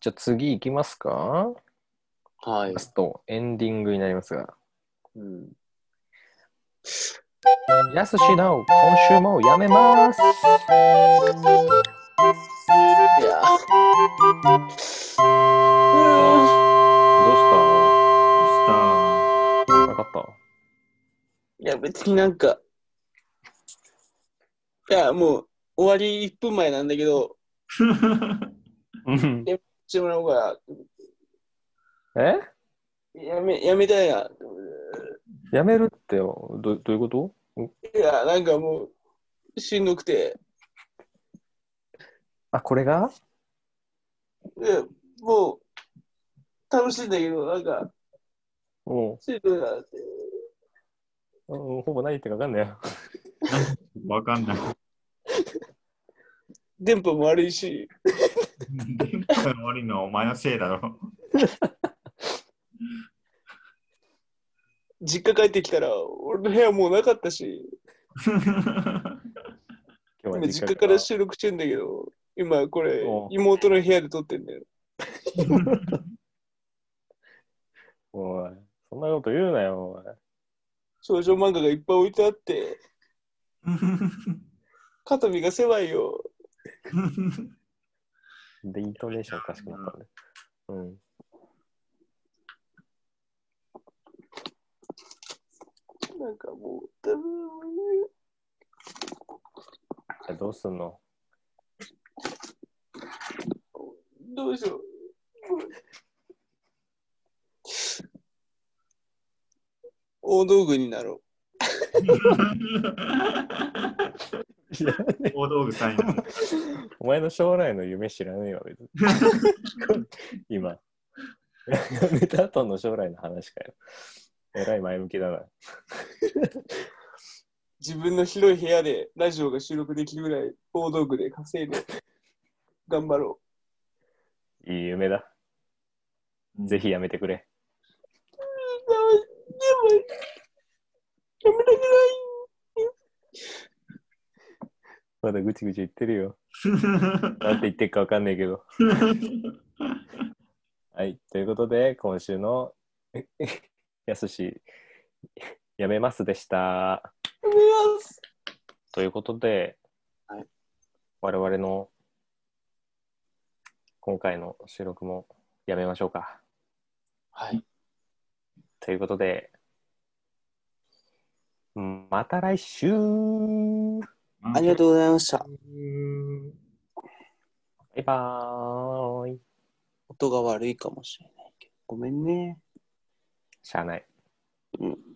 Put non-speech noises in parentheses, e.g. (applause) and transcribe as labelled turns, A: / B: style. A: じゃあ次行きますか
B: はい
A: ラ。スト、エンディングになりますが。
B: うん。
A: やすしなお、今週もやめます。
B: いやー。
A: どうし
C: した
A: たなかった
B: いや、別になんか、いや、もう、終わり1分前なんだけど、
A: うん
B: してもらおうか
A: え
B: な。やめ、やめたいな。
A: やめるってどどういうこと
B: いや、なんかもう、しんどくて、
A: あ、これが
B: でもう、楽しいんだけど、なんか、
A: も
B: しんどいなって。
A: う、うんほぼないってかかんないよ。
C: わかんない。
B: 電波も悪いし、
C: 電波が悪いのはお前のせいだろ。
B: 実家帰ってきたら、俺の部屋もうなかったし、
A: 今
B: 今実家から収録してんだけど、今これ、妹の部屋で撮ってんだよ。
A: おい、そんなこと言うなよ、
B: 少女漫画がいっぱい置いてあって、肩身が狭い
A: おい。
B: よ。
A: で、イントネーションおかしくなったね。うん。
B: なんかもう、多分
A: じゃあどうすんの
B: どうしよう。大道具になろ
C: 大道具さん
A: お前の将来の夢知らねえわ、別に。今。 (laughs) ネタとの将来の話かよ。えらい前向きだな。
B: う。自分の広い部屋でラジオが収録できるぐらい大道具で稼いで、頑張ろ
A: いい夢だ。ぜひやめてくれ。
B: う。でも、でも、やめたくない。
A: まだぐちぐち言ってるよ。
C: の。
A: なんて言ってるかわかんないけど。はい。ということで、今週のやすし、やめますでした。
B: やめます。
A: ということで、
B: はい
A: 我々の今回の収録もやめましょうか。
B: はい。
A: ということで、うんまた来週
B: ありがとうございました。
A: バイバーイ
B: 音が悪いかもしれないけど。ごめんね。
A: しゃあない。
B: うん。